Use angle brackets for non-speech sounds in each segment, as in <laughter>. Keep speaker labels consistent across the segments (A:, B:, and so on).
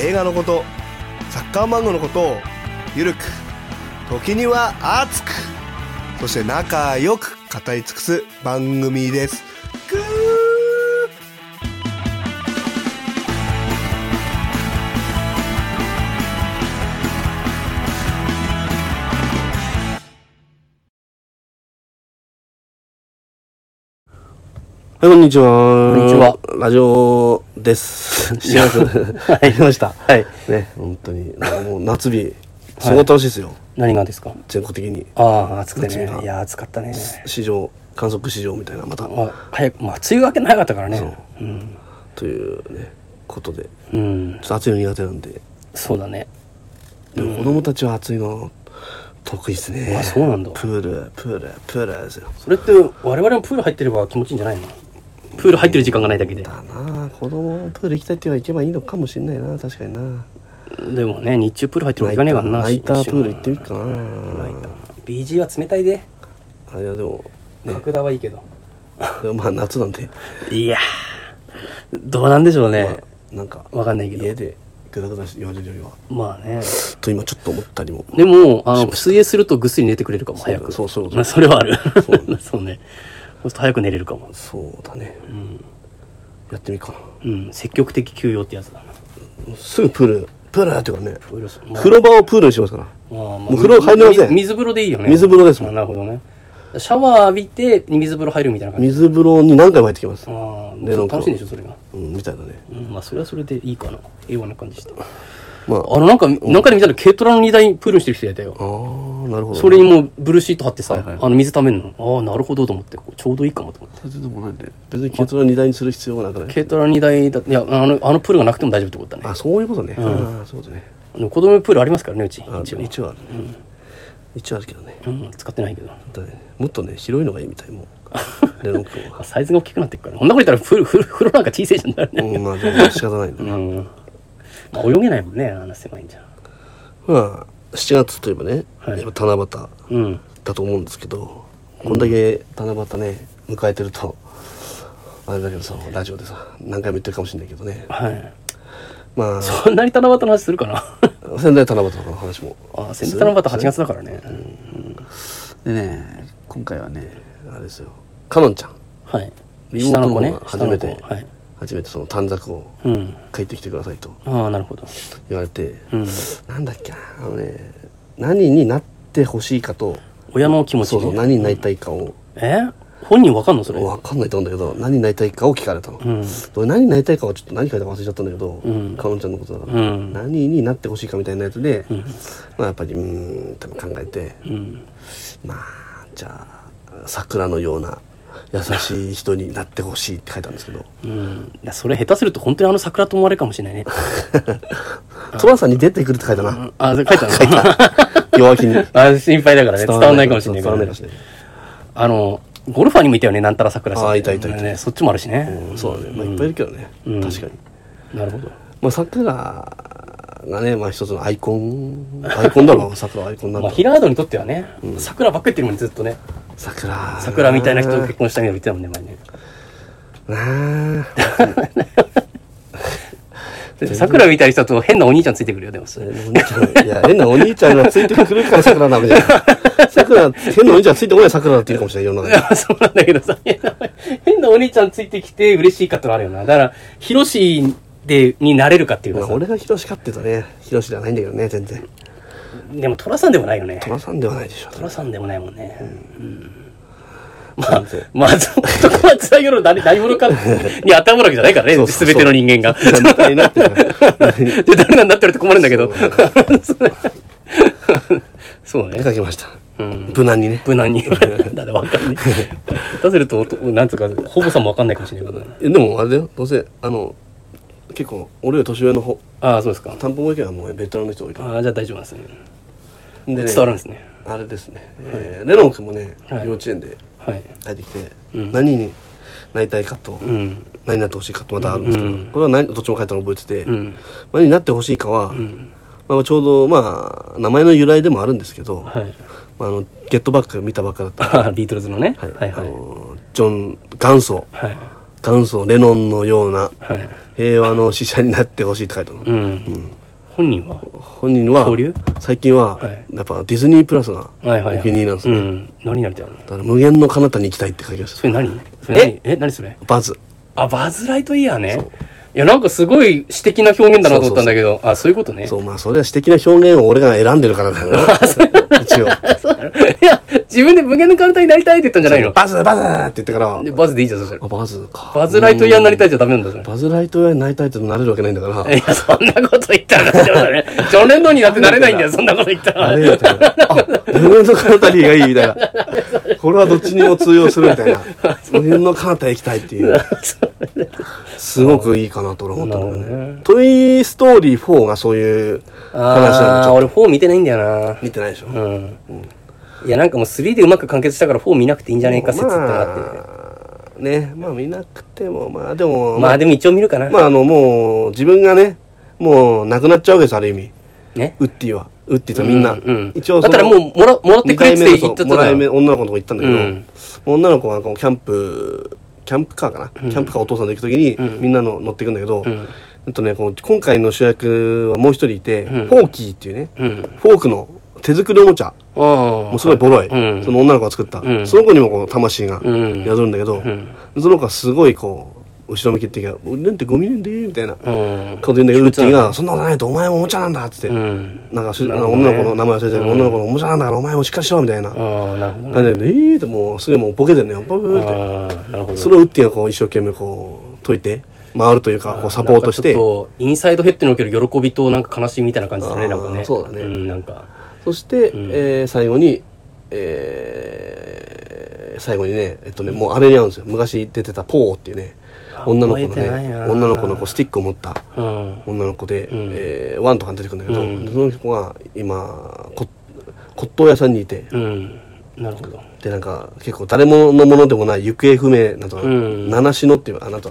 A: 映画のことサッカー漫画のことをゆるく時には熱くそして仲良く語り尽くす番組ですぐー
B: はい、こんにちは。
C: こんにちは。
B: ラジオです。知 <laughs> らず。
C: はい
B: 来ました。
C: はい。
B: ね、本当に。もう夏日、すごい楽しいですよ。
C: 何がですか
B: 全国的に。
C: ああ、暑くて
B: 暑いな
C: ね。いや、暑かったね。
B: 史上、観測史上みたいな、また、
C: あ早く、まあ、梅雨明け長かったからね。う
B: というね、ことで。ちょ
C: ん。うん。
B: っと暑いの苦手なんで。
C: そうだね。
B: でも子供たちは暑いの、得意ですね。
C: あそうなんだ
B: プール、プール、プールですよ。
C: それって、我々もプール入ってれば気持ちいいんじゃないのプール入ってる時間がないだけで。
B: だなあ子供、プール行きたいって言えば行けばいいのかもしれないな、確かにな。
C: でもね、日中プール入ってるわけいかねえからな。
B: ナイタープール行ってみ
C: る
B: っかな。
C: BG は冷たいで。
B: あれはでも、
C: 角田はいいけど。
B: でもまあ夏なんで。
C: いやーどうなんでしょうね。
B: なんか
C: わかんないけど
B: 家でグダグダして言われるよりは
C: まあね。
B: と今ちょっと思ったりも
C: でも、あの、水泳するとぐっすり寝てくれるかも、早く。
B: そうそうそう
C: まあ <laughs> それはある
B: そう
C: そうね。そうすると早く寝れるかも。
B: そうだね、やってみっか
C: うん、積極的休養ってやつだな。
B: なすぐプールプールだっていうかね
C: プールそまあ
B: 風呂場をプールにしますから
C: まあまあ
B: もう風呂入りません
C: 水水風呂でいいよね。
B: 水風呂ですもん
C: あなるほどね。シャワー浴びて、水風呂入るみたいな感じ。
B: 水風呂に何回も入ってきます
C: ああ、
B: で
C: そう
B: なんか
C: 楽しいでしょ、それが。
B: うんみたいだね
C: うん、まあ、それはそれでいいかな。平和な感じして。
B: まあ
C: あの、なんか、なんかで見たら軽トラの荷台にプールしてる人がいたよ。
B: あーなるほど、
C: それにもうブルーシート貼ってさ、
B: はいはい
C: あの水ためんの。ああ、なるほどと思って、こうちょうどいいかもと思って。
B: それでもないんで別に軽トラの荷台にする必要はなくない
C: 軽トラの荷台だいや、あの、あのプールがなくても大丈夫ってことだね
B: あ。そういうことね、ああそうだね
C: でも子供用プールありますからね、うち。
B: あ
C: 一応。
B: 一応ある、一応あるけどね
C: うん、使ってないけど。
B: だねもっとね広いのがいいみたいもうレノン君は
C: あサイズが大きくなっていくから。こんなこと言ったら、風呂、風呂風呂なんか小さいじゃんなるね。
B: うんまあでも仕方ないんだね
C: うん。まあ、泳げないもんね、あんな狭いんじゃ。
B: まあ、7月といえばね、
C: はい
B: やっぱ七夕
C: うん。
B: だと思うんですけど、こんだけ七夕ね迎えてるとあれだけどさラジオでさ何回も言ってるかもしれないけどね
C: はい。
B: まあ
C: そんなに七夕の話するかな
B: 仙台七夕の話も
C: <laughs> あ、先日七夕8月だからね。
D: でね今回はね
B: あれですよかのんちゃん
C: はい。
B: 妹
C: 下
B: の方
C: の
B: が
C: 子ね。
B: 初めて
C: 下の子はい。
B: 初めてその短冊を
C: うん。
B: 書いてきてくださいと
C: ああ、なるほど。
B: 言われて、
C: うん。
B: なんだっけなあのね何になってほしいかと
C: 親の気持ち、
B: そう
C: ね、
B: そう何になりたいかを、
C: え本人わかんのそれ。
B: 分かんないと思うんだけど何になりたいかを聞かれたの、
C: うん。
B: 俺何になりたいかはちょっと何書いたか忘れちゃったんだけど、
C: うん
B: かのんちゃんのことだから、
C: うん
B: 何になってほしいかみたいなやつで、
C: うん。
B: まあやっぱりうーんって考えて
C: うん。
B: まあじゃあ桜のような優しい人になってほしいって書いたんですけ
C: <laughs>
B: ど
C: うん。いや、それ下手すると本当にあの桜と思われるかもしれないね。
B: 寅さんに出てくる <laughs> って書いたな
C: あ、それ書いたの書い
B: <laughs> 弱気に
C: あ、心配だから <laughs> ね。伝わんないかもしれない
B: 伝
C: か
B: わ
C: ら
B: んないか
C: ね
B: もしれない
C: あの、ゴルファーにもいたよね、なんたら桜さん。
B: あーいたいたいた
C: ね、そっちもあるしね。
B: うんそうだね、まあ、いっぱいいるけどね、
C: うん
B: 確かに、
C: なるほど。
B: まあ、桜がね、まあ、一つのアイコンアイコンだろ桜はアイコンなん
C: まあ、
B: だ
C: ヒラードにとってはね、桜ばっかり言ってるもんね、ずっとね。
B: 桜
C: 桜みたいな人と結婚したみたいなの言ってたもんね、
B: なあ
C: 前ね。桜みたいな人だと変なお兄ちゃんついてくるよ、でもそれ。
B: お兄ちゃん、いや、変なお兄ちゃんがついてくるから桜ダメじゃん。桜、変なお兄ちゃんついてこない桜だって言うかもしれない、世の中
C: い <laughs>
B: に。
C: やそう <laughs> なんだけどさ、変な変なお兄ちゃんついてきて嬉しいかってのあるよな。だから、ヒロシで、になれるかっていう
B: ま
C: か
B: あ、
C: さ。
B: 俺がヒロシかって言うとね、ヒロシではないんだけどね、全然。
C: でも、寅さんでもないよね。
B: 虎さんではないでしょ。
C: 寅さんでもないもんね。
B: まあ、そう
C: まあ、そこは辛いよの何何者かに当てはまるわけじゃないからね、
B: そうそうそう
C: すべての人間が。
B: みたいになってる
C: で、誰なんだって言われて困るんだけど。 <laughs> そうね。
B: 書きました。
C: うん。
B: 無難にね。
C: 無難に。 <laughs> だってわかんない。出せると、なんつうか、ほぼさんもわかんないかもしれないからね。
B: えでも、あれだよ、どうせ、あの、結構俺より年上の方
C: ああ、そうですか。
B: 担保保育園はもうベテランの人多いから
C: ああ、じゃあ大丈夫なんですね。
B: でね
C: 伝わるんですね。
B: あれですね、えーレノン君もね、
C: はい
B: 幼稚園で
C: はい。
B: 帰ってきて、
C: うん
B: 何になりたいかと、
C: うん。
B: 何になってほしいかとまたあるんですけど、
C: うん
B: これは何どっちも書いたの覚えてて、
C: うん。
B: 何になってほしいかは、
C: うん。
B: まあ、ちょうど、まあ、名前の由来でもあるんですけど、
C: はい。 <laughs>
B: まあ、あのゲットバック見たばっかだった、
C: ああ、ビートルズのね。は
B: はいい
C: はい。
B: あ
C: はい。
B: のジョン元祖元祖レノンのような
C: はい。
B: 平和の使者になってほしいって書いてあるの、
C: うん。本人は
B: 本人は
C: 交流
B: 最近は、
C: はい
B: やっぱディズニープラスが
C: はいはい。
B: お気に入りなんですね、
C: うん。何なりたいの
B: だから無限の彼方に行きたいって書きまし
C: そ
B: た
C: れ何それ何え何それ
B: バズ
C: あ、バズライトイヤーね。いや、なんかすごい詩的な表現だなと思ったんだけど、あ、そういうことね。
B: そうまあそれは詩的な表現を俺が選んでるからだよな一
C: <laughs>
B: 応
C: <laughs> いや、自分で無限の簡単になりたいって言ったんじゃないの
B: バズバズって言ってから
C: でバズでいいじゃん、そした
B: あ
C: ら。
B: バズか
C: バズライトイヤーになりたいじゃダメなんだ、それ。
B: バズライトイヤーになりたいってなれるわけないんだから
C: いや、そんなこと言ったらだってことね。ジョン・レンドンにだってなれないんだよ、そんなこと言った
B: あ
C: ら。
B: れみたいな。あ、無限の彼方にがいいみたいな。これはどっちにも通用するみ
C: <laughs>
B: たいな。無限の彼方へ行きたいっていう。すごくいいかなと俺思ったんだ
C: なる
B: よ
C: ほど
B: ね。トイ・ストーリー4がそういう話なのちょっ
C: あー、
B: と
C: 俺4見てないんだよ
B: 見てないでしょ。
C: な。うん。いや、なんかもう3でうまく完結したから4見なくていいんじゃないか説ってのがあって。
B: まあ、ね、まあ見なくても、まあでも、
C: まあでも一応見るかな。
B: まああのもう自分がね、もう亡くなっちゃうわけです、ある意味。
C: ね。
B: ウッディは。ウッディとみんな。
C: ううん
B: 一応
C: だったらもうもら、もらって
B: 二
C: くれ
B: 代
C: って
B: 目の
C: 言っち
B: そ
C: ゃ
B: う
C: っ
B: も
C: た
B: ら
C: じゃ
B: い
C: ん
B: 目女の子のとこ行ったんだけど、
C: うん
B: 女の子がこうキャンプキャンプカーかな、キャンプカーお父さんと行く時に、
C: うん
B: みんなの乗っていくんだけど、
C: うん
B: えっとねこの今回の主役はもう一人いて、
C: うん
B: フォーキーっていうね、
C: うん。
B: フォークの手作りおもちゃ
C: ああ。
B: もうすごいボロい、
C: うん
B: その女の子が作った、
C: うん
B: その子にもこう魂が
C: うん
B: 宿るんだけど、
C: うん
B: その子はすごいこう後ろ向きっていうか「俺なんてゴミなんで」みたいなこ
C: うん。
B: と言うんだけどウッディが「そんなことないとお前もおもちゃなんだ」っつって、
C: うん。
B: なんかし
C: なるほどね
B: 女の子の名前忘れてる、女の子のおもちゃなんだからお前もしっかりしろみたいな、
C: ああ、なるほどね。
B: なんで、えーってもう、すごいもうボケてんのよ。ボブーっ
C: ああ、なるほ
B: て。
C: ど。
B: それを打ってこう、一生懸命こう、解いて、回るというか、こう、サポートして
C: なんかち、ょっとインサイドヘッドにおける喜びとなんか悲しみみたいな感じですね、
B: あー
C: なんかね。
B: そうだね
C: ん、なんか。
B: そして、
C: うん
B: えー最後に、えー最後にね、えっとね、もうあれに合うんですよ。昔出てたポーっていうね、女の子の
C: 覚えてない
B: ね、
C: な
B: 女の子のこう、スティックを持った
C: うん。
B: 女の子で、
C: ん
B: えーワンとかに出てくるんだけど、
C: うん
B: でその子が今、こ骨董屋さんにいて、
C: うん。なるほど。
B: でなんか結構誰ものものでもない行方不明など、
C: うん
B: 七しのっていうあなた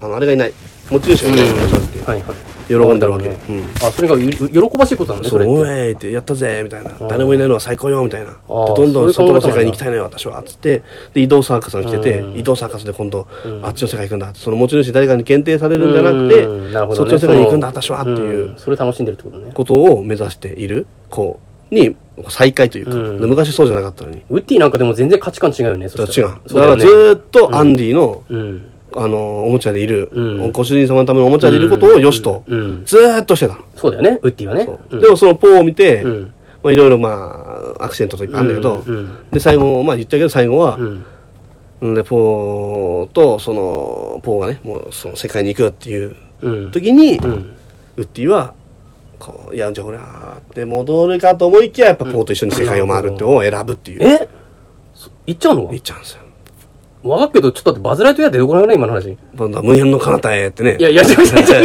B: あのあれがいない持ち主がいない人っていう、
C: はいはい。
B: 喜んでるわけ、うん
C: あ、それがゆ喜ばしいことなんだね、
B: そ
C: それ
B: れ「
C: っ
B: お
C: て。
B: い!」って「やったぜ!」みたいな「誰もいないのは最高よ!」みたいなで
C: ー
B: どんどん
C: そ
B: 外
C: ういう考え方なんだ
B: の世界に行きたいのよ私はっつってで移動サーカスが来てて、
C: うん
B: 移動サーカスで今度、あっちの世界行くんだその持ち主誰かに限定されるんじゃなくて、
C: うんなるほど
B: そっ
C: ね
B: ちの世界に行くんだ
C: その
B: 私はっていう
C: うんそれ楽しんでるってことね。
B: ことを目指している子に再会というか、
C: うん
B: で昔そうじゃなかったのに。
C: ウッディなんかでも全然価値観違うよね、
B: 違
C: そ
B: う。
C: した
B: だ
C: ら
B: からず
C: そうだよ
B: ー
C: ね
B: っとアンディの、
C: うん。
B: あの、おもちゃでいる、
C: うん
B: ご主人様のためのおもちゃでいることを良しと、
C: うん
B: ずーっとしてたの。
C: そうだよね、ウッディはね。うん
B: でもそのポーを見て、
C: うん
B: まあいろいろまあ、アクシデントとかあるんだけど、
C: うんうん
B: で、最後、まあ言ったけど最後は
C: う、ん。
B: ん、で、ポーと、その、ポーがね、もうその世界に行くよっていう
C: うん。
B: 時に、
C: うん。
B: ウッディは、こう、いや、じゃあ俺は、で、戻るかと思いきや、やっぱポーと一緒に世界を回るっていうのを選ぶっていう、
C: えそ行っちゃうの
B: 言っちゃうんですよ。
C: わかっけど、ちょっと待って、バズライトイヤー出てこなくない今の話。い
B: 今度は無限の彼方へってね。
C: や、いや、ちょ、ちょ、ちょ、ちょ、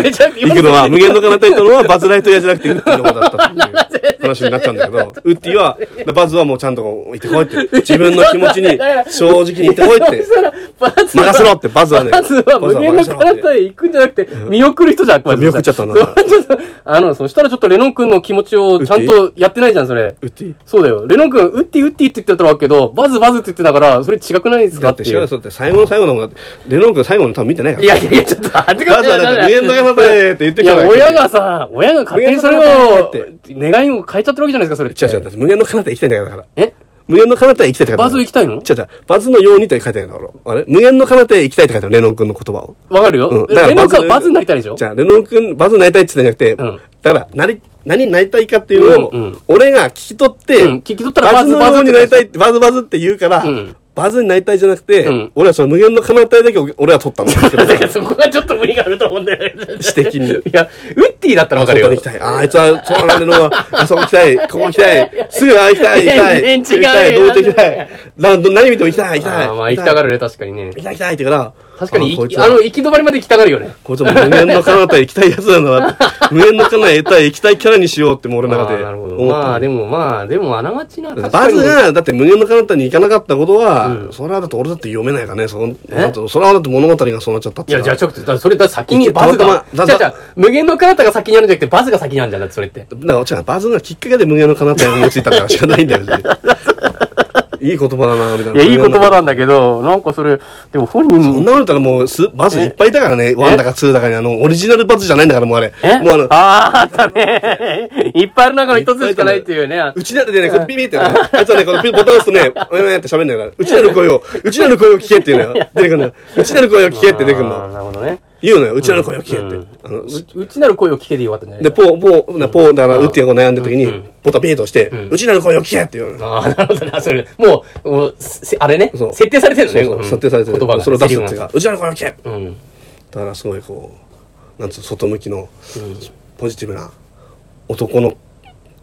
B: 行くのは、無限の彼方に行ったのは、バズライトイヤーじゃなくて、ウッディの方だったっていう話になったんだけど、ウッディは、バズはもうちゃんとこう行ってこいって、自分の気持ちに正直に行ってこいって
C: そ、したらバズは
B: 任せろって、バズはね、
C: まずは無限の体へ行くんじゃなくて、見送る人じゃん、こうや
B: 見送っちゃったんだ
C: <laughs> そうちょっとあの、そしたらちょっとレノン君の気持ちをちゃんとやってないじゃん、それ。
B: ウッディ
C: そうだよ。レノン君、ウッティウッティって言ってたわけど、バズバズって言ってたから、それ違くないですか
B: だっ
C: って
B: て
C: い
B: 違う
C: う
B: よ、。そうだって、最後の最後のもだって、レノン君最後の多分見てないから。
C: いやいやいや、ちょっと待ってくだ
B: バズ
C: さ。
B: はいだって、無限の彼方へって言って
C: い
B: き
C: や
B: たから。
C: 親がさ、親が勝手にそれを、願いを変えちゃってるわけじゃないですか、それって。
B: 違う違うだって、無限の彼方へ行きたいんだからだから。
C: え
B: 無限の彼方へ行きたいって書いてある
C: バズ行きたいの
B: 違う違う、バズのようにって書いてあるんだろ。あれ無限の彼方へ行きたいって書いてある、レノン君の言葉を。
C: わかるよ。
B: うんだから
C: レノン君はバズになりたいでしょ
B: じゃあ、レノン君、バズになりたいって言ってんじゃなくて、だから、なり、何になりたいかっていうのを、
C: うんうん
B: 俺が聞き取って、
C: うん聞き取ったら
B: バズの
C: バズ
B: ようになりた
C: バズ
B: いって、バズバズって言うから、
C: うん
B: バズになりたいじゃなくて、
C: うん
B: 俺はその無限の彼方へだけ俺は取ったの。
C: だから <laughs> そこがちょっと無理があると思うんだよね。
B: 私的に
C: <laughs> いや、ウッディだったらわか
B: そ
C: る
B: こ
C: よ。
B: に行きたい。ああ、あいつは、そうなんだのは、あそこ行きたい、ここ行きたい、すぐああ行き
C: <laughs>
B: たい、行きたい、
C: 全然違う
B: 行きたい、どうやって行きた
C: いや
B: い、など何見ても行きたい、行きたい。
C: あーまあ行きたがるね、確かにね
B: 行。きたい、行きたいって言うから、
C: 確かに
B: あこいつ
C: い
B: は
C: あの行き止まりまで行きたがるよね
B: こいつはもう無縁の彼方へ行きたいやつなんだ
C: <laughs>
B: なって。無縁の彼方へ行きたい液体キャラにしようってもう俺の中
C: あー
B: で
C: なるほど
B: 思った。
C: まあでもまあでもあながちな確
B: バ
C: か
B: ズ
C: に
B: が、だって無限の彼方に行かなかったことは、
C: うん
B: それはだって俺だって読めないからね、そん
C: え
B: だってそれはだって物語がそうなっちゃったっ
C: い
B: てさ
C: や、じゃあ、ちょっと、だからそれ、だって先にバズ
B: たま
C: が、
B: た
C: じ
B: ま
C: ゃ
B: だ
C: あ、じゃあ、無限の彼方が先にあるんじゃなくて、バズが先にあるんじゃん、だってそれって。
B: だから、違う、バズがきっかけで無限の彼方に思いついたからしかないんだよ、
C: <laughs>
B: 別にいい言葉だな、みたい
C: い
B: な。
C: や、いい言葉なんだけど、なんかそれ、でも本
B: そん
C: 人、
B: なこと言ったらもうす、バズいっぱいいたからね、ワンだかツーだかに、あの、オリジナルバズじゃないんだから、もうあれ。
C: え
B: もうあの、
C: あー、あったね。
B: <laughs>
C: いっぱいある中の一つしかないっていうね。
B: うちなるでね、これピピってね、あいつはね、このピボタン押すとね、おやおやって喋んだから、うちなる声を、うちなる声を聞けって言うの
C: <laughs>
B: よ。出てくるのよ。うちなる声を聞けって出てくる
C: あー
B: の。
C: なるほどね。
B: 言うのよ、うちなる声を聞けって。あの、
C: うちなる声を聞けでよかったんじゃない
B: で、ポー、ポー、なポーだから、うってやこう悩んだ時に、ボタンピーとして、
C: ん
B: うちなる声を聞けって言うの。
C: ああ、なるほどな、それ。もう、もうせあれね
B: そ、う
C: 設定されてるの
B: そう
C: ね
B: そ、う
C: うん
B: 設定されてる。
C: 言葉が。
B: それを出すっ
C: セ
B: ていう
C: リフが
B: か、うちなる声を聞け
C: うん。
B: だからすごいこう、なんつうの、外向きの、ポジティブな男の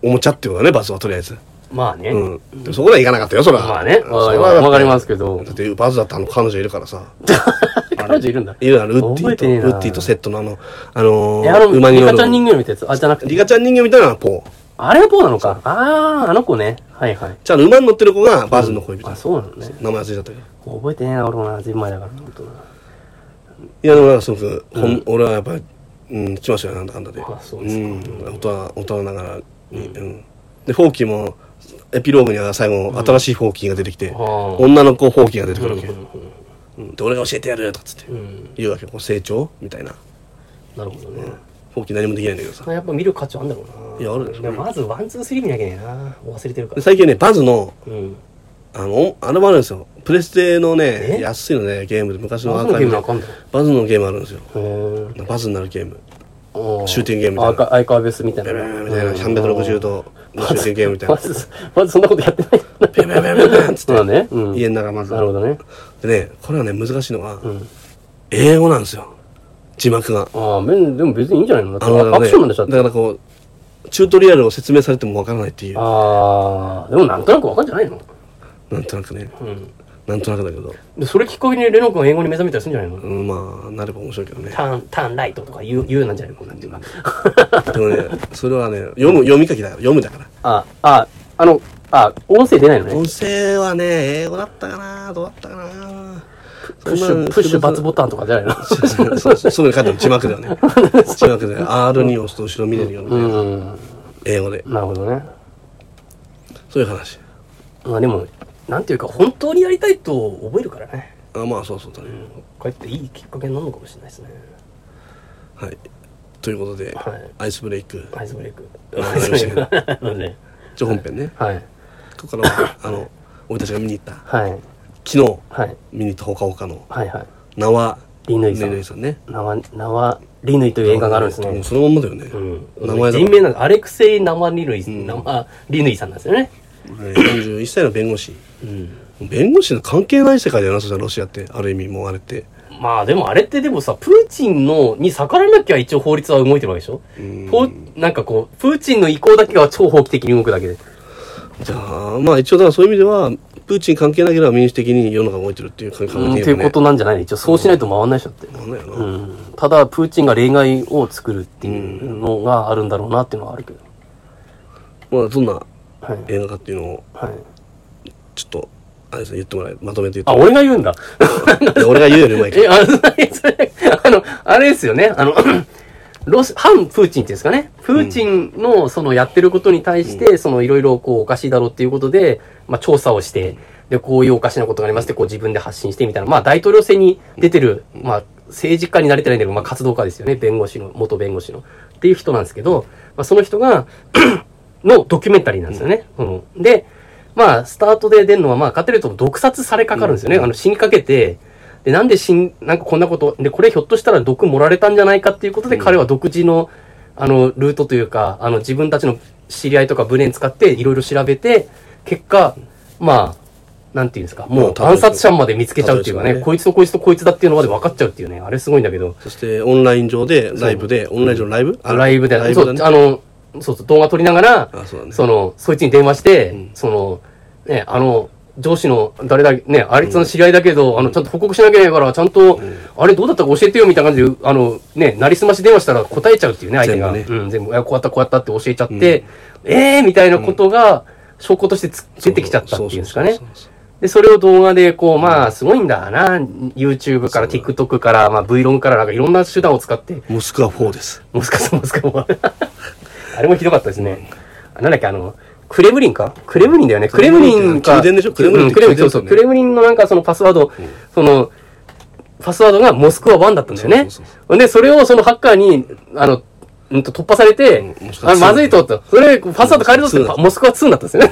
B: おもちゃっていうことだね、バズはとりあえず。
C: まあね。
B: うん。でそこではいかなかったよ、そら。
C: まあね。
B: それはだって
C: わかりますけど
B: だ。ってバズだってあの彼女いるからさ。
C: <laughs> 彼女いるんだ。
B: いるあのウッデ
C: 覚え
B: ィと、
C: てねえな
B: ウッディとセットのあの、あの
C: え、あの、
B: ー、馬に
C: リ
B: 乗
C: カ
B: る
C: ちゃん人形みたいなやつ。あ、じゃなく
B: リ
C: て。
B: カちゃん人形みたいなのはポー。
C: あれはポーなのか。ああ、あの子ね。はいはい。
B: じゃあ馬に乗ってる子がバズの恋人
C: あ、。そうなのね。
B: 名前忘れちゃったけど。
C: 覚えてねえな、俺もな、ずいぶん前だから、本当ない
B: や、でもなんかすごく、ほん俺はやっぱり、うん、来ましたよ、なんだかんだで。
C: あそう
B: う
C: ですか
B: ん。大人、大人ながらに、うん。で、フォーキーも、エピローグには最後、新しいフォーキーが出てきて、
C: あー
B: 女の子フォーキーが出てくるわけ。
C: うん
B: うんで、俺が教えてやるよとかっつって
C: う、ん。
B: 言うわけ。こう成長みたいな。
C: なるほどね。
B: フォーキー何もできないんだけどさ。
C: やっぱ見る価値あんだろうな。
B: いやあるでしょ
C: でもまず、ワン、ツー、スリー見なきゃねえな。忘れてるか
B: で
C: ら。
B: 最近ね、バズの、
C: うん。
B: あの、あれもあるんですよ。プレステのね、
C: え
B: 安いのね、ゲームで、昔の
C: バ
B: アー
C: ズの
B: カ
C: ゲ
B: イブ
C: ーム
B: で
C: わ。かんない。
B: バズのゲームあるんですよ。
C: へー
B: バズになるゲーム。
C: おー
B: シューティングゲームみた
C: あ
B: いな
C: か相変わらずみたい
B: ペ
C: な
B: ペペペ
C: ね。
B: みたいな、360度のシューティングゲームみたい
C: ま
B: な。
C: ず、まずそんなことやってない。
B: ペペペペペンつっ
C: そうだ
B: て、
C: ね。うん。
B: 家の中まず
C: な。るほどね。
B: でね、これはね、難しいのは
C: う、ん。
B: 英語なんですよ。字幕が。
C: ああ、めんでも別にいいんじゃないのだ
B: あ
C: って
B: の、
C: アクションなんでしょ
B: だからこう、チュートリアルを説明されてもわからないっていう。
C: ああ、でもなんとなくわかんじゃないの
B: なんとなくね。
C: うん。
B: なんとなくだけど。
C: でそれきっかけにレノ君が英語に目覚めたりするんじゃないの
B: うん、まあ、なれば面白いけどね
C: タ。ーン、ターンライトとか言う、言うなんじゃないのなんていうか。
B: でもね、それはね、読む、読み書きだから、読むだから。
C: あ、あ、あの、あ、音声出ないのね
B: 音。声はね、英語だったかなどうだったかな
C: プッシュ、プッシュ×ボタンとかじゃ <laughs> ないの
B: ン。そうそう、そういうの書いてある字幕だよ
C: <laughs>
B: ね。字幕で、R2 を押すと後ろ見れるよう
C: う
B: なね、
C: ん。
B: 英語で。
C: なるほどね。
B: そういう話。
C: まあでも、なんていうか、本当にやりたいと覚えるからね。
B: あまあ、そうそうだね。
C: こうやっていいきっかけになるのかもしれないですね。
B: はい。ということで、
C: はい
B: アイスブレイク。
C: アイスブレイク。
B: わかりました
C: ね。
B: じゃあ本編ね。
C: はい。
B: ここからは、あの、俺たちが見に行った、
C: はい。
B: 昨日、
C: はい。
B: 見に行ったほかほかの、
C: はいはい。
B: 縄、
C: リヌイさん
B: ね。ねさんね。
C: 縄、縄、リヌイという映画があるんです
B: も
C: ね
B: う。そのまんまだよね。
C: うん。
B: 名前だ
C: 人名なんか、アレクセイ・縄リヌイ、
B: ん
C: 縄リヌイさんなんですよね。
B: ね41歳の弁護士。
C: うん。
B: 弁護士の関係ない世界だよな、そしたらロシアって。ある意味、もうあれって。
C: まあでもあれってでもさ、プーチンのに逆らわなきゃ一応法律は動いてるわけでしょ
B: うん
C: ほなんかこう、プーチンの意向だけは超法規的に動くだけで。
B: じゃあ、まあ一応だからそういう意味では、プーチン関係なければ民主的に世の中動いてるっていう感覚
C: うん、っ
B: で
C: ていうことなんじゃないの一応そうしないと回んないでしょって。
B: なんだよな。
C: うん。ただ、プーチンが例外を作るっていうのがあるんだろうなっていうのはあるけど。
B: まあどんな
C: はい。
B: 映画かっていうのを、
C: はい。
B: ちょっと、あれですね、言ってもらえ、まとめて言
C: あ、
B: って
C: 俺が言 <laughs> うんだ。
B: もらえ。俺が言うよりうまいけ
C: え、あの、それそれあの、 <laughs> あれですよね。あの、 <clears throat> ロス、反プーチンっていうんですかね。プーチンの、その、やってることに対して、その、いろいろ、こう、おかしいだろうっていうことで、まあ、調査をして、で、こういうおかしなことがありますって、こう、自分で発信してみたいな。まあ、大統領選に出てる、まあ、政治家になれてないんだけど、まあ、活動家ですよね。弁護士の、元弁護士の。っていう人なんですけど、まあ、その人が、 <clears throat> のドキュメンタリーなんですよね。うんで、まあ、スタートで出るのは、まあ、勝てると毒殺されかかるんですよね。あの、死にかけて、で、なんで死ん、なんかこんなこと、で、これひょっとしたら毒盛られたんじゃないかっていうことで、彼は独自の、あの、ルートというか、あの、自分たちの知り合いとかブレーン使って、いろいろ調べて、結果、まあ、なんていうんですか、もう
B: まあ
C: 暗殺者まで見つけちゃうっていうか
B: 例えば
C: ね、
B: ね
C: こいつとこいつとこいつだっていうのまで分かっちゃうっていうね、あれすごいんだけど、
B: ど。そして、オンライン上で、ライブで、オンライン上のライブあ
C: ライブで、
B: ライ
C: そ
B: ブ
C: う
B: だ、ね。
C: あの、そうそう、動画撮りながら、
B: あ、そうだね。
C: その、そいつに電話して、
B: うん
C: その、ね、あの、上司の誰だ、ね、あいつの知り合いだけど、あの、ちゃんと報告しなきゃいけないから、ちゃんと、あれどうだったか教えてよみたいな感じで、あの、ね、なりすまし電話したら答えちゃうっていうね、相手が。
B: 全部
C: うん、全部、いやこうやった、こうやったって教えちゃって、えーみたいなことが、証拠としてつ出てきちゃったっていうんですかね
B: そう。そうそうそう
C: で、それを動画で、こう、まあ、すごいんだな。YouTube から TikTok から、まあ、Vlog から、なんかいろんな手段を使って、
B: モスクワ4です。
C: モスカさん、モスカも。 <laughs> あれもひどかったですね。あなんだっけ、あの、クレムリンかクレムリンだよね。クレムリンか。
B: 宮殿でしょクレムリン
C: う
B: って
C: んクレムリン、
B: 宮殿です
C: そ
B: よ
C: う
B: ね
C: そう。クレムリンのなんかそのパスワード、その、パスワードがモスクワ1だったんだよね
B: そうそう。
C: で、それをそのハッカーに、あの、うんと突破されて
B: うんもし、か
C: あ
B: したら
C: まずいと、と。それ、パスワード変えるぞっ
B: そう
C: て
B: だ
C: パ、モスクワ2になったんですよね。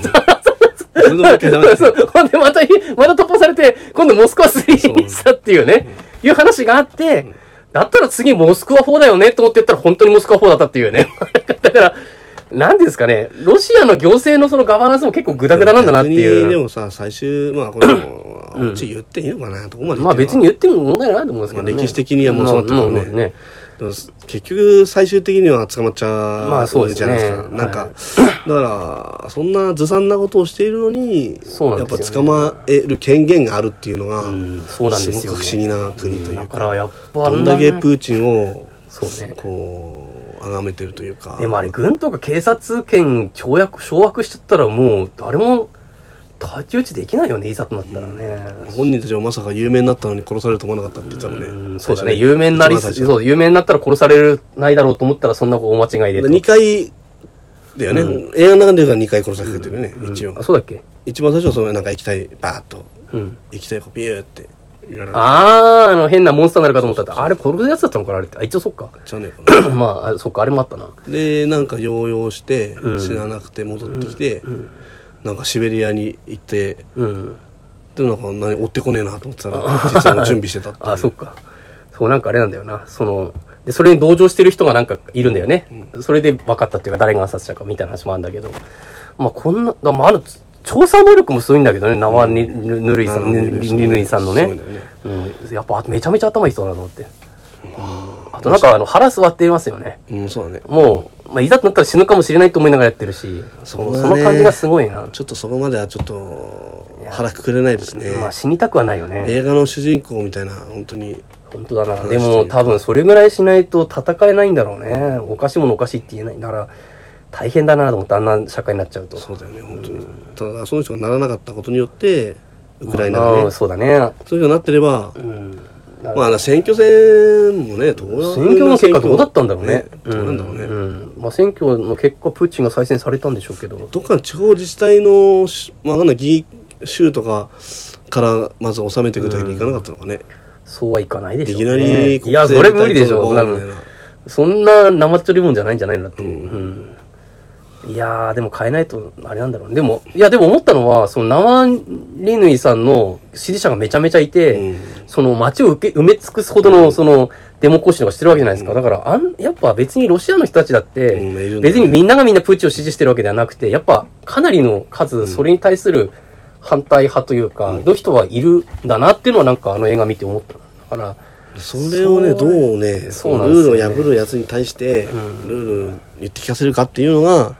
B: それでも諦めて
C: <laughs> そうそうほんで、また、また突破されて、今度モスクワ3にしたっていうね、いう話があって、だったら次モスクワ4だよねと思ってやったら本当にモスクワ4だったっていうね。 <laughs> だから、なんていうんですかね、ロシアの行政のそのガバナンスも結構グダグダなんだなって
B: 逆にで
C: いう。
B: もさ、最終、まあこれも、うち言っていいのかな、どこまで言っていいのかな
C: まあ別に言っても問題ないと思うんですけどね。
B: まあ歴史的にはもうそうだったからね
C: まあまあね
B: でも結局最終的には捕まっちゃう
C: まあそうです
B: じ
C: ね
B: ゃないですか。なんか、だから、そんなずさんなことをしているのに、
C: そうなん
B: やっ
C: ですよ
B: ぱ
C: ね
B: 捕まえる権限があるっていうのが、
C: んそうなんですよ
B: ご
C: ね
B: く不思議な国とい
C: だ
B: う
C: か
B: か、
C: らやっぱ、
B: どんだけプーチンを、
C: そうね
B: こう、崇めてるというか。
C: でもあれ、軍とか警察権掌握、掌握しちゃったらもう誰も太刀打ちできないよね、いざとなったらね。
B: 本人たちはまさか有名になったのに殺されると思わなかったって言ってたもんね。
C: うんそうだね。有名になりす、
B: 一番最初
C: そう、有名になったら殺される、ないだろうと思ったらそんな大間違いでと。
B: 2回だよね、映画の中では2回殺されてるよね、一応
C: あ、そうだっけ
B: 一番最初はそのなんか液体バーッと
C: うん。
B: 液体がビューってやられ
C: あー、あの、変なモンスターになるかと思ったら、あれ殺すやつだったのかなあれって。あ、一応そっか。 <clears throat>
B: ちゃうねんか
C: まああ、そっか、あれもあったな。
B: なでなんか療養して
C: ん
B: 死ななくて戻ってきて、なんかシベリアに行って
C: うん。
B: でもなんか何追ってこねえなと思ってたら実はもう準備してたっていう
C: <laughs> あ、そっか。そう、なんかあれなんだよな。その、で、それに同情してる人がなんかいるんだよね。それで分かったっていうか、誰が暗殺者かみたいな話もあるんだけど。まあ、こんな、だまあ、あの、調査能力もすごいんだけどね、ナワニヌルイさん、
B: ナワ
C: ヌ
B: ニヌルイさん
C: ルイさんのね
B: すごいんだよね。
C: うん。やっぱ、めちゃめちゃ頭いい人だなと思って。あと、なんか、あの、腹座っていますよね。
B: うんそうだね
C: もう、まあ、いざとなったら死ぬかもしれないと思いながらやってるし、そ
B: そうだね
C: の感じがすごいな。
B: ちょっとそこまではちょっと腹くくれないですね
C: まあ、死にたくはないよね。
B: 映画の主人公みたいな本当に
C: 本当だな。でも多分それぐらいしないと戦えないんだろうね。おかしいものおかしいって言えない。だから大変だなと思ってあんな社会になっちゃうと。
B: そうだよね本当にただその人がならなかったことによってウクライナ
C: ま
B: が
C: あ
B: ね
C: そうだね。
B: そういうふうになってれば、
C: うん。
B: まあ、選挙戦もね、どう
C: 選挙の結果どうだったんだろうね。
B: どうなんだろうね。
C: ん。まあ選挙の結果プーチンが再選されたんでしょうけど。
B: どっかの地方自治体のし、まあ、わかんない議州とかから、まず収めていくだけにいかなかったのかね。
C: そうはいかないでし
B: い
C: ょ
B: き
C: う、
B: な
C: ね。
B: り国政
C: いや、それ無理でしょ。
B: み
C: 多
B: たいな
C: 分そんな生っちょりもんじゃないんじゃないのだって。うん。いやー、でも変えないと、あれなんだろうね。でも、いや、でも思ったのは、その、ナワリヌイさんの支持者がめちゃめちゃいて、
B: うん
C: その、街を受け埋め尽くすほどの、その、デモ行進とかしてるわけじゃないですか。だから、あん、やっぱ別にロシアの人たちだって、
B: うんいるんだよね
C: 別にみんながみんなプーチンを支持してるわけではなくて、やっぱ、かなりの数、それに対する反対派というか、の人はいるんだなっていうのは、なんかあの映画見て思った。だから、
B: それをね、
C: そ
B: ど
C: う
B: うね、
C: そうなんですよ
B: ル
C: ね
B: ールを破るやつに対して、ルールを言って聞かせるかっていうのが、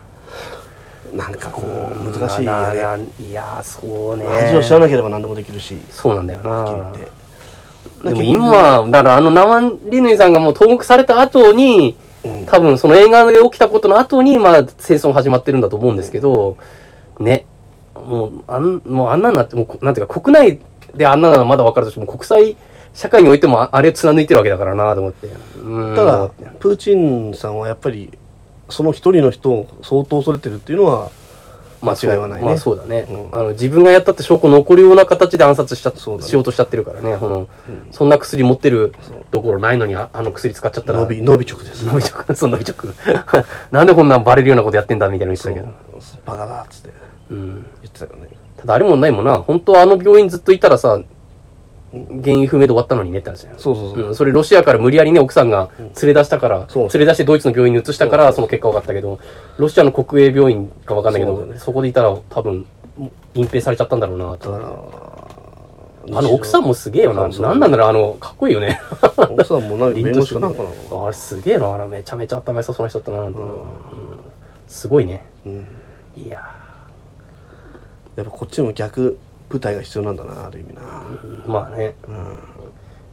B: なんかこう、難しいよね。
C: ね。いやー、そうね。
B: 恥を知らなければ何でもできるし。
C: そうなんだよな。で
B: っきり言って
C: も今、だからあのナワリヌイさんがもう投獄された後に、多分その映画で起きたことの後に、まあ戦争が始まってるんだと思うんですけど、ね。もう、あん、もうあんなになって、もうこ、なんていうか、国内であんなならまだわかるとしても、国際社会においてもああれ貫いてるわけだからなと思って。うん
B: ただ、プーチンさんはやっぱりその一人の人を相当恐れてるっていうのは間違いはないね、
C: まあそうだね、
B: うん
C: あの自分がやったって証拠残るような形で暗殺しちゃ
B: そうだね
C: しようとしちゃってるからねこの、そんな薬持ってるところないのにああの薬使っちゃったら
B: 伸び伸び直です
C: 伸びちゃう <laughs> そう伸びちゃうなんでこんなんバレるようなことやってんだみたいなの言ってたけど
B: バカだっつって
C: うん
B: 言ってたよね
C: ただあれもないもんな本当はあの病院ずっといたらさ原因不明で終わったのにねって話だよ
B: そうそうそう、
C: うん、それロシアから無理やりね、奥さんが連れ出したから、
B: そう
C: 連れ出してドイツの病院に移したから、その結果分かったけど、ロシアの国営病院か分かんないけど、
B: そう
C: そ,、
B: だね
C: こでいたら多分、隠蔽されちゃったんだろうな
B: だ
C: と。
B: から
C: あの奥さんもすげえよな。
B: そうそう
C: なんなんだろう、あの、かっこいいよね。
B: 奥さんも何弁護士かなんかなのかな
C: あれすげえな、あれめちゃめちゃ頭良さそうな人だったな、なんてうんすごいね。
B: うん
C: いや
B: やっぱこっちも逆舞台が必要なんだなある意味な
C: まあね。
B: うん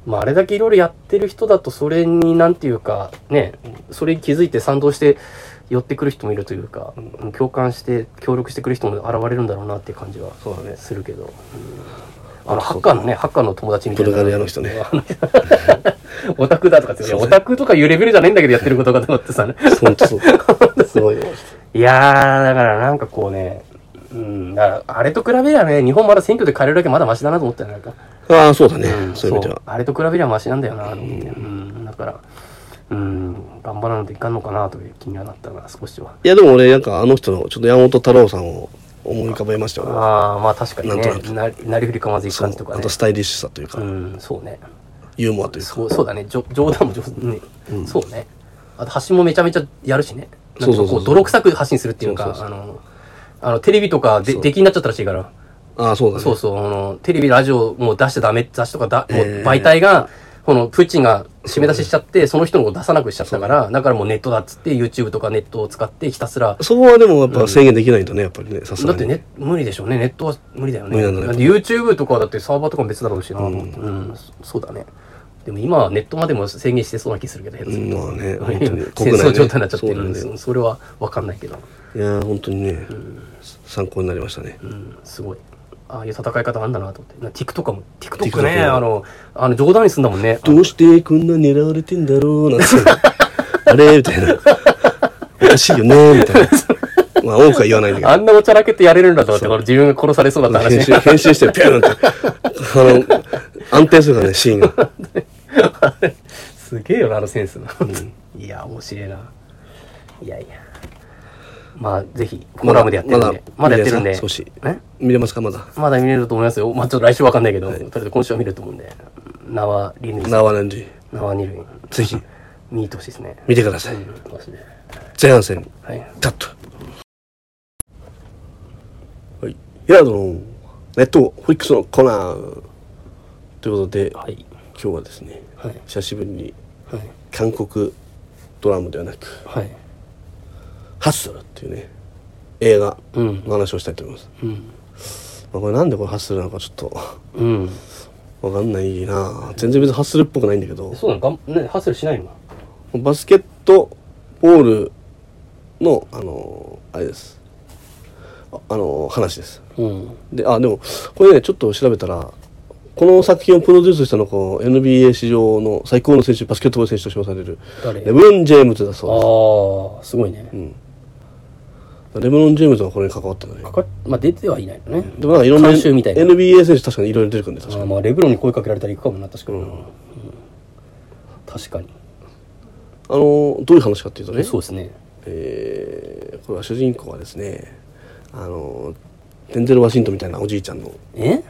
C: まあ、あれだけいろいろやってる人だと、それになんていうか、ね、それに気づいて賛同して寄ってくる人もいるというか、共感して協力してくる人も現れるんだろうなっていう感じは
B: そうだね
C: するけど。うんあの、ハッカーのね、ハッカーの友達みたいな。
B: ブルガリアの人ね
C: あの。オタクだとかって、いやオタクとかいうレベルじゃないんだけどやってることかと思ってさ、ね、
B: 本当そうすごいよ
C: <laughs> いやー、だからなんかこうね、うん、だからあれと比べりゃね、日本まだ選挙で借りるだけまだマシだなと思ったよ、なんか。
B: ああそうだね、
C: ん
B: そういう意味では
C: そうあれと比べりゃマシなんだよなと思って、うん、だから、うん、頑張らないといかんのかなという気にはなったな、少しは。
B: いやでも俺なんかあの人のちょっと山本太郎さんを思い浮かべましたよ
C: ああ、まあ確かに
B: なんと
C: ね、ななりふり構わずいく
B: そう
C: 感じとか
B: あ
C: ね
B: と。スタイリッシュさというか、
C: うん、そうね。
B: ユーモアというか
C: そうそうだね、じょ冗談も上手ね、そうね。あと発信もめちゃめちゃやるしね。なんか
B: そうそうそうそ
C: こ
B: う
C: う、泥臭く発信するっていうか、あの、あの、テレビとかで、出禁になっちゃったらしいから。
B: ああそうだね
C: そうそう、あの、テレビ、ラジオ、もう出しちゃダメ、雑誌とかだ、もう
B: えー
C: 媒体が、この、プーチンが締め出ししちゃって、その人のこと出さなくしちゃったから、だからもうネットだっつって、YouTube とかネットを使って、ひたすら、
B: そこはでもやっぱ制限できないんだねやっぱりねさすが
C: だ
B: に
C: ってね、無理でしょうね。ネットは無理だよね。
B: 無理なんだね
C: だって YouTube とかはだってサーバーとかも別だろうしな、うん、そそうだね。でも今はネットまでも制限してそうな気するけど、下手すると
B: まあね本当に
C: <laughs> 戦争状態になっちゃっ
B: そ
C: て
B: うな
C: るん
B: ん
C: で
B: だ
C: す
B: よ
C: それはわかんないけど、
B: いやー本当にね、参考になりましたね
C: うん、すごい。ああいう戦い方あんだなと思って。な TikTok も、TikTok ね、
B: TikTok
C: あの、あの冗談にすんだもんね。
B: どうしてこんな狙われてんだろうなんて <laughs> あれみたいなおかしいよねみたいなまあ多くは言わないんだ
C: あんなおちゃらけてやれるんだと思って、俺自分が殺されそうだ
B: け
C: っ
B: ど
C: た
B: 編
C: 話。 <laughs>
B: 集編集してピューンってあの安定するからねシーンが
C: すげえよな、あのセンスの。いや、面白いな。いやいや。まあ、ぜひ、コラムでやってるんで。まだ
B: まだ
C: やってるんで。
B: 少し
C: ね
B: 見れますかまだ
C: まだ見れると思いますよ。まあ、ちょっと来週わかんないけど、とりあえず今週は見れると思うんで。縄リヌイさん。
B: 縄なんで
C: 縄ニルイン。
B: ぜひ
C: 見てほしいですね。
B: 見てください
C: うんマジで
B: 前半戦
C: はい。
B: だと。はい。平野のネットフリックスのコーナー。ということで、
C: はい。
B: 今日はですね、
C: はい。
B: 久しぶりに
C: はい。
B: 韓国ドラマではなく、
C: はい。
B: ハッスルっていうね、映画
C: うん。
B: の話をしたいと思います。
C: うん。
B: まあ、これなんでこれハッスルなのかちょっと
C: うん。
B: わかんないな全然別にハッスルっぽくないんだけど、
C: そうなのがん、ね、ハッスルしないの
B: バスケットボールの、あのあれです。ああの話です。
C: うん。
B: であでもこれねちょっと調べたらこの作品をプロデュースしたのがこう NBA 史上の最高の選手バスケットボール選手と称される
C: 誰
B: レブロン・ジェームズだ
C: あ
B: そ
C: あ、すごいね。
B: うレブロン・ジェームズがこれに関わったのね
C: かかまあ、出てはいないのね。
B: でもなんかいろんな
C: 監修みたいな
B: NBA 選手確かにいろいろ出てくるんで確
C: あ
B: か
C: ー
B: に
C: まあ、レブロンに声かけられたら行くかもな、確かに。うん確かに。
B: あのどういう話かっていうとね
C: そうですね。
B: えーこれは主人公はですねあのデンゼル・ワシントンみたいなおじいちゃんの
C: え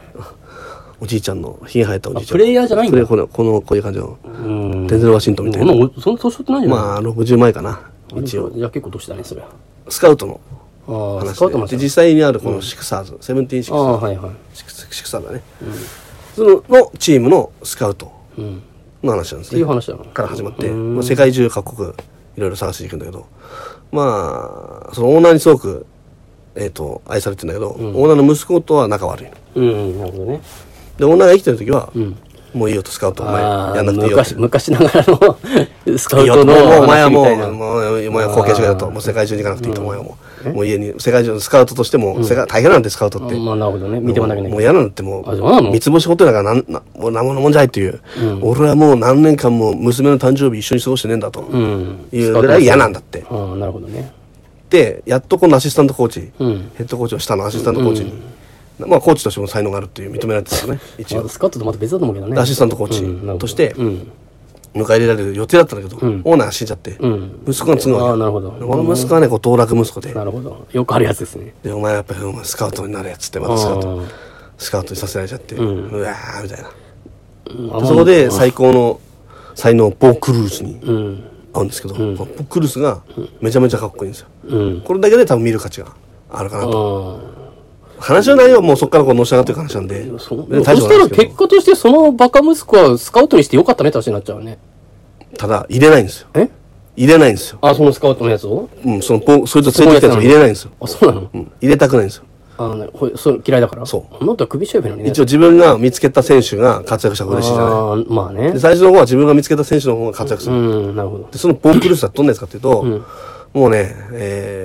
B: おじいちゃんのひげ生えたおじいちゃん
C: あプレイヤーじゃないんだ
B: プレイこのこのこういう感じの
C: うん。
B: デンゼル・ワシントンみたい
C: で
B: な
C: もそんな年取ってないんじゃない
B: まあ60前かな
C: あ
B: 一応
C: いや、結構年だね、それは。
B: スカウトの
C: ああ、スカウトマ
B: 話で
C: ンさん
B: で実際にあるこのシクサーズ、セブンティーンシク
C: あ
B: サー
C: あ、はいはい。
B: シクサシクサーだね、そののチームのスカウト
C: うん。っ
B: の話なんです
C: て
B: ね
C: いう話なの。
B: から始まって、
C: うん
B: まあ、世界中各国いろいろ探していくんだけどまあそのオーナーにすごく、えー、と愛されてるんだけど、オーナーの息子とは仲悪いの
C: うん、なるほどね。
B: でオーナーが生きてる時は、
C: ん
B: もういいよとスカウトお前
C: ああ
B: やんなくていいよって
C: 昔、昔ながら
B: <laughs>
C: のスカ
B: い
C: ウ
B: いよ
C: ト
B: と
C: の
B: もうもうお前は
C: 話み
B: も
C: た
B: う
C: いな。
B: もうお前は貢献してくれよと
C: あー
B: もう世界中に行かなくていいと思うよもう,、もう家に世界中のスカウトとしても、世界大変なんでスカウトって、
C: まあ、なるほどね。見てもなきゃいけ
B: もう
C: ない。
B: 嫌なんだっても
C: あそうなの
B: う、三つ星ホテルだからなんな、もう何ものもんじゃないっていう、俺はもう何年間も娘の誕生日一緒に過ごしてねえんだと、
C: うん。
B: いうぐらい嫌なんだって。
C: ああ、なるほどね。
B: で、やっとこのアシスタントコーチ、
C: うん。
B: ヘッドコーチを下のアシスタントコーチに、まあコーチとしても才能があるっていう認められてたからね、一
C: まあ
B: 応。
C: スカウトとまた別だと思うけどね。
B: アシスタントコ
C: うんな
B: ー
C: るほど
B: チとして、
C: うん。
B: 迎え入れられる予定だったんだけど、
C: ん
B: オーナーが死んじゃって、
C: うん
B: 息子が継ぐ
C: あ
B: わ
C: あ、
B: け。
C: なるほど。
B: この息子はね、こう、道楽息子で
C: な、るほど。よくあるやつですね。
B: で、お前はやっぱりお前スカウトになるやつって、またスカウト、
C: あ
B: スカウトにさせられちゃって、
C: ん
B: うわー、みたいな。
C: あ
B: そこで最高の才能ボー・クルーズに
C: うん。
B: 会うんですけど、ボー・クルーズがめちゃめちゃかっこいいんですよ
C: うん。
B: これだけで多分見る価値があるかな
C: あ
B: と
C: あ。
B: 話の内容はもうそこからこうのし上がっていく話なんで
C: そ
B: で
C: そ
B: 大丈
C: し
B: 夫
C: た
B: なん
C: ら
B: ですけ
C: 結
B: ど
C: 果としてそのバカ息子はスカウトにしてよかったねって話になっちゃうね。
B: ただ入れないんですよ
C: え
B: 入れないんですよ、
C: あ、そのスカウトのやつを
B: うん、そのボーそいつを連れてきたやつを入れないんですよ、
C: あ、そうなの
B: うん、入れたくないんですよ
C: あの、ほそう嫌いだから。。
B: そう
C: なんだ首絞めのにね。
B: 一応自分が見つけた選手が活躍したら嬉しいじゃない。
C: ああー、まあね
B: で。最初の方は自分が見つけた選手の方が活躍す
C: う
B: る。
C: ん、なるほど。
B: でその防空力士はどんなやつかっていうと、もうね、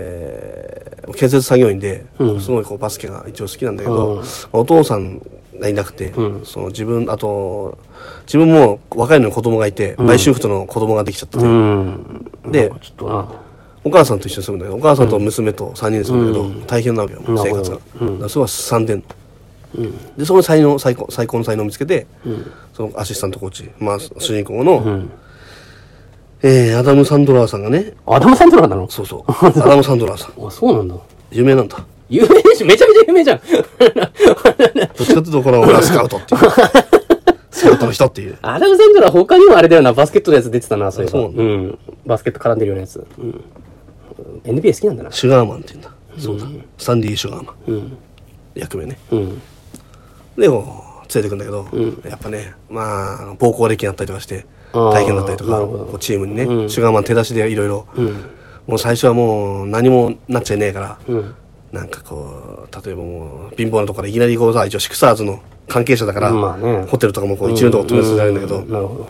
B: えー、建設作業員で、すごいこうバスケが一応好きなんだけど、
C: うん
B: お父さんがいなくて、その自分、あと、自分も若いのに子供がいて、売春婦との子供ができちゃってて、
C: うん。
B: で
C: ちょっとな。
B: お母さんと一緒に住むんだけど、お母さんと娘と3人で住むんだけど、大変なわけよ、
C: なる
B: 生
C: ほど
B: 活が。だからそれはすさんでんの。で、そこで才能、最高、最高の才能を見つけて、そのアシスタントコーチ、まあ、主人公の、
C: うん。
B: えーアダム・サンドラーさんがね、
C: アダム・サンドラーなの
B: そう
C: <laughs>
B: そう、アダム・サンドラーさん、
C: あ、そうなんだ。
B: 有名なんだ。
C: 有名でしょめちゃめちゃ有名じゃん。 <laughs>
B: どっちかっていうと、この俺はスカウト
C: <laughs>
B: っていう。スカウトの人っていう。
C: アダム・サンドラー他にもあれだよな、バスケットのやつ出てたな、そういえば。。
B: そううん
C: バスケット絡んでるようなやつ。うん。NBA 好きなんだな。
B: シュガーマンっていうんだ。そうだ。スタンディ・シュガーマン。
C: うん。
B: 役目ね。
C: うん。
B: で、こう、連れてくんだけど、やっぱね、まああの、暴行歴になったりとかして、
C: あー
B: 大変だったりと
C: な
B: か、
C: るほど
B: こうチームにね、シュガーマン手出しでいろいろ、もう最初はもう何もなっちゃいねえから、
C: うん。
B: なんかこう、例えばもう、貧乏なとこからいきなりこうさ、一応シクサーズの関係者だから、
C: まあね
B: ホテルとかもこう一流のとこ泊めさせられるんだけど、
C: うなるほ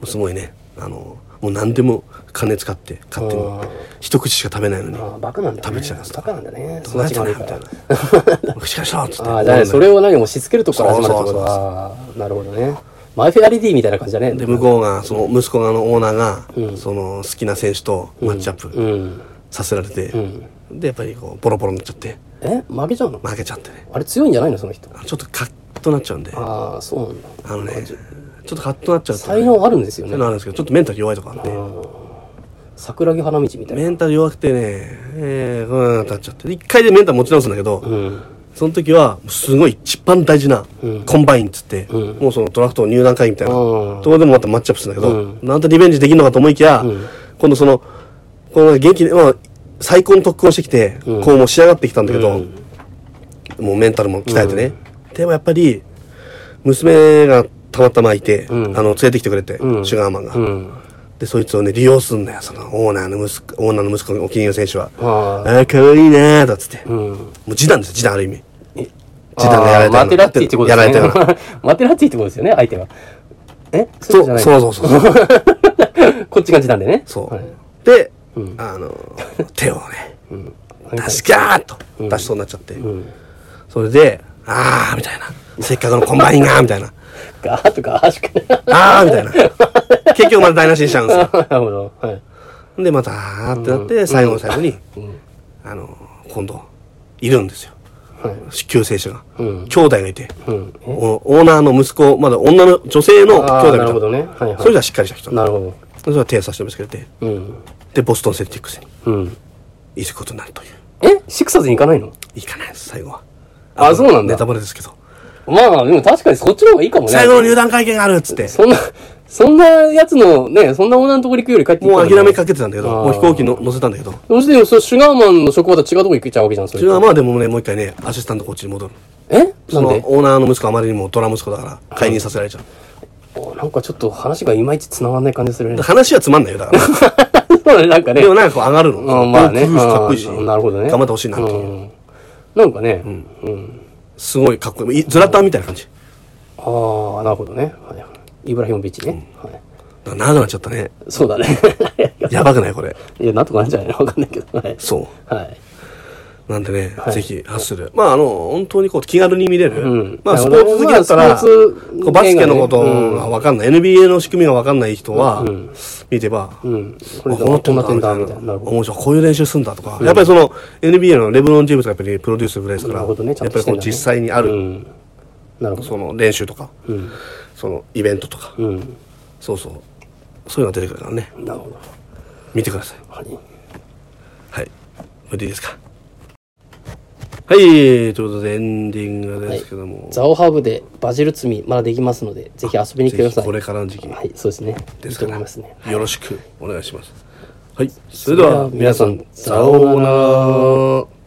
C: ど。
B: すごいね、あの、もう何でも金使って買っても
C: あー、
B: 一口しか食べないのに、
C: ああ、バカなんだ、ね。
B: 食べちゃうから
C: バカなんだね。
B: どうなっちゃう
C: 育
B: ねみ
C: ちが悪
B: たいな。
C: か
B: 口からしろっつって。
C: らああ、じゃあね、それを何も押し付けるとこから始まるってこ
B: そ
C: と
B: うそうそう
C: ああ、なるほどね。マイフェアリティみたいな感じだね。
B: で、向こうが、その息子側のオーナーが、その好きな選手とマッチアッ
C: う
B: プ
C: ん。
B: させられて、で、やっぱりこう、ボロボロになっちゃって、
C: え負けちゃうの
B: 負けちゃってね。
C: あれ強いんじゃないのその人。
B: ちょっとカッとなっちゃうんで、あ
C: ああ、そうなんだ。
B: のね、ちょっとカッとなっちゃうとね
C: 才能あるんですよ
B: そうい
C: ね
B: うの。あるんですけど、ちょっとメンタル弱いとかあって、
C: 桜木花道みたいな。
B: メンタル弱くてね、えー、こんなになっちゃって、一回でメンタル持ち直すんだけど、
C: うん。
B: その時は、すごい一番大事な、コンバインっつって、もうそのドラフトの入団会議みたいな、
C: うん
B: ところでもまたマッチアップするんだけど、
C: う
B: なんとリベンジできるのかと思いきや、今度その、この元気で、まあ、最高の特訓をしてきて、こうもう仕上がってきたんだけど、もうメンタルも鍛えてね。でもやっぱり、娘がたまたまいて、あの、連れてきてくれて、
C: ん
B: シュガーマンが。
C: うん。
B: で、そいつをね、利用すんだよ、その、オーナーの息子、オーナーの息子のお気に入りの選手は。
C: ああ。
B: ああ、かわいいなーだっつって。
C: う
B: も
C: ん。
B: う示談ですよ、示談ある意味。
C: え
B: 時短がやられたような
C: あーマテラッツィってことで
B: や
C: すね。
B: られたよ
C: マテラッツィってことですよね、相手は。え
B: そう、
C: <laughs> じ
B: そ
C: ゃ
B: う
C: ない
B: そうそうそう。
C: こっちが時短でね。
B: そう
C: はい
B: で、あの、手を
C: <laughs>
B: ね、出しきゃーっと出しそうになっちゃって。それで、あーみたいな。せっかくのコンバインがーみたいな。 <laughs>
C: ガーッとか、あーしかない。
B: あーみたいな。結局また台無しにしちゃうんですよ。
C: なるほど。はい。
B: で、また、あーってなって、最後の最後に、あの、今度、いるんですよ。
C: はい。
B: 救世主が。
C: うん
B: 兄弟がいて。
C: うん。え
B: おオーナーの息子、まだ女の、女性の
C: あ
B: 兄
C: あ、
B: 弟
C: なるほ
B: み
C: ど
B: たい
C: ね。はいはい。
B: それじゃしっかりした人。
C: なるほ
B: それは手差し伸べつけて、
C: ど。うん。
B: で、ボストンセルティックスに
C: うん。
B: 行くことになるという。
C: えシクサーズに行かないの
B: いかないです、最後は。
C: あそうなんだ
B: ネタバレですけど。
C: まあ、でも確かにそっちの方がいいかもね。
B: 最後の入団会見があるっつって。
C: そんな、そんなやつの、ね、そんな女のところ行くより帰ってきた
B: もう諦めか
C: け。
B: けてたんだけど、
C: あー
B: もう飛行機の乗せたんだけど。
C: そして、そのシュガーマンの職場と違うとこ行けちゃうわけじゃん、それ
B: それはまあでもね、もう一回ね、アシスタントこっちに戻る。
C: えな
B: そ
C: ん
B: の
C: で
B: オーナーの息子はあまりにもドラ息子だから、解任させられちゃう。
C: おなんかちょっと話がいまいち繋がんない感じするね
B: で。話はつまんないよ、だから。
C: <laughs> そうだね、なんか
B: <laughs>
C: ね。
B: でもなんかこ <laughs> う上がるの。
C: うんまあね。
B: こういう風にかっこいいし。
C: うんなるほどね。
B: 頑張ってほしいなっていう。
C: うんなんかね。
B: すごいかっこいい。いズラタンみたいな感じ。
C: ああ、なるほどね。はいイブラヒモビッチね。はい
B: だから長くなっちゃったね。
C: そうだね。 <laughs>
B: やばくないこれ。
C: いや、なんとかなんじゃないのわかんないけど。はい。
B: そ
C: はい。
B: う。なんでね、
C: はい
B: ぜひ、ハッスル。まあ、あの、本当にこう、気軽に見れる。
C: うん
B: まあ、スポーツ好きだった
C: ま
B: ら、
C: あスポーツ
B: こうバスケのこと
C: 映画ねうん
B: がわかんない、NBA の仕組みがわかんない人は、見てば、
C: うん。こ
B: あ
C: れ
B: この
C: だ、こ
B: 点
C: ん
B: だ
C: な点だ、み
B: み
C: た
B: た
C: い
B: い
C: な。
B: な。
C: なるほど。
B: 面白い。こういう練習するんだとか。やっぱりその、NBA のレブロン・ジェームズがやっぱりプロデュースぐらいですから、
C: なるほどねちゃ
B: やっ
C: ん
B: ぱ
C: とし
B: り
C: て
B: こ
C: ん
B: う、
C: だ
B: 実
C: ね
B: 際にあ
C: う
B: る、
C: ん。なるほど。
B: その練習とか、
C: うん。
B: そのイベントとか、
C: うん。
B: そうそう。そういうのが出てくるからね。
C: なるほど。
B: 見てください。
C: はい。
B: はい。これでいいですか。はい。ということで、エンディングですけども。
C: ザオハーブでバジル摘みまだできますので、ぜひ遊びに来てく
B: ぜ
C: だ
B: ひ
C: さい。
B: これからの時期、
C: はい、そうですね。
B: で
C: いい
B: す
C: と
B: か
C: 思い
B: ら、
C: ますね。
B: よろしくお願いします。はい。それでは、皆さん、
C: さようなら
B: さようなら。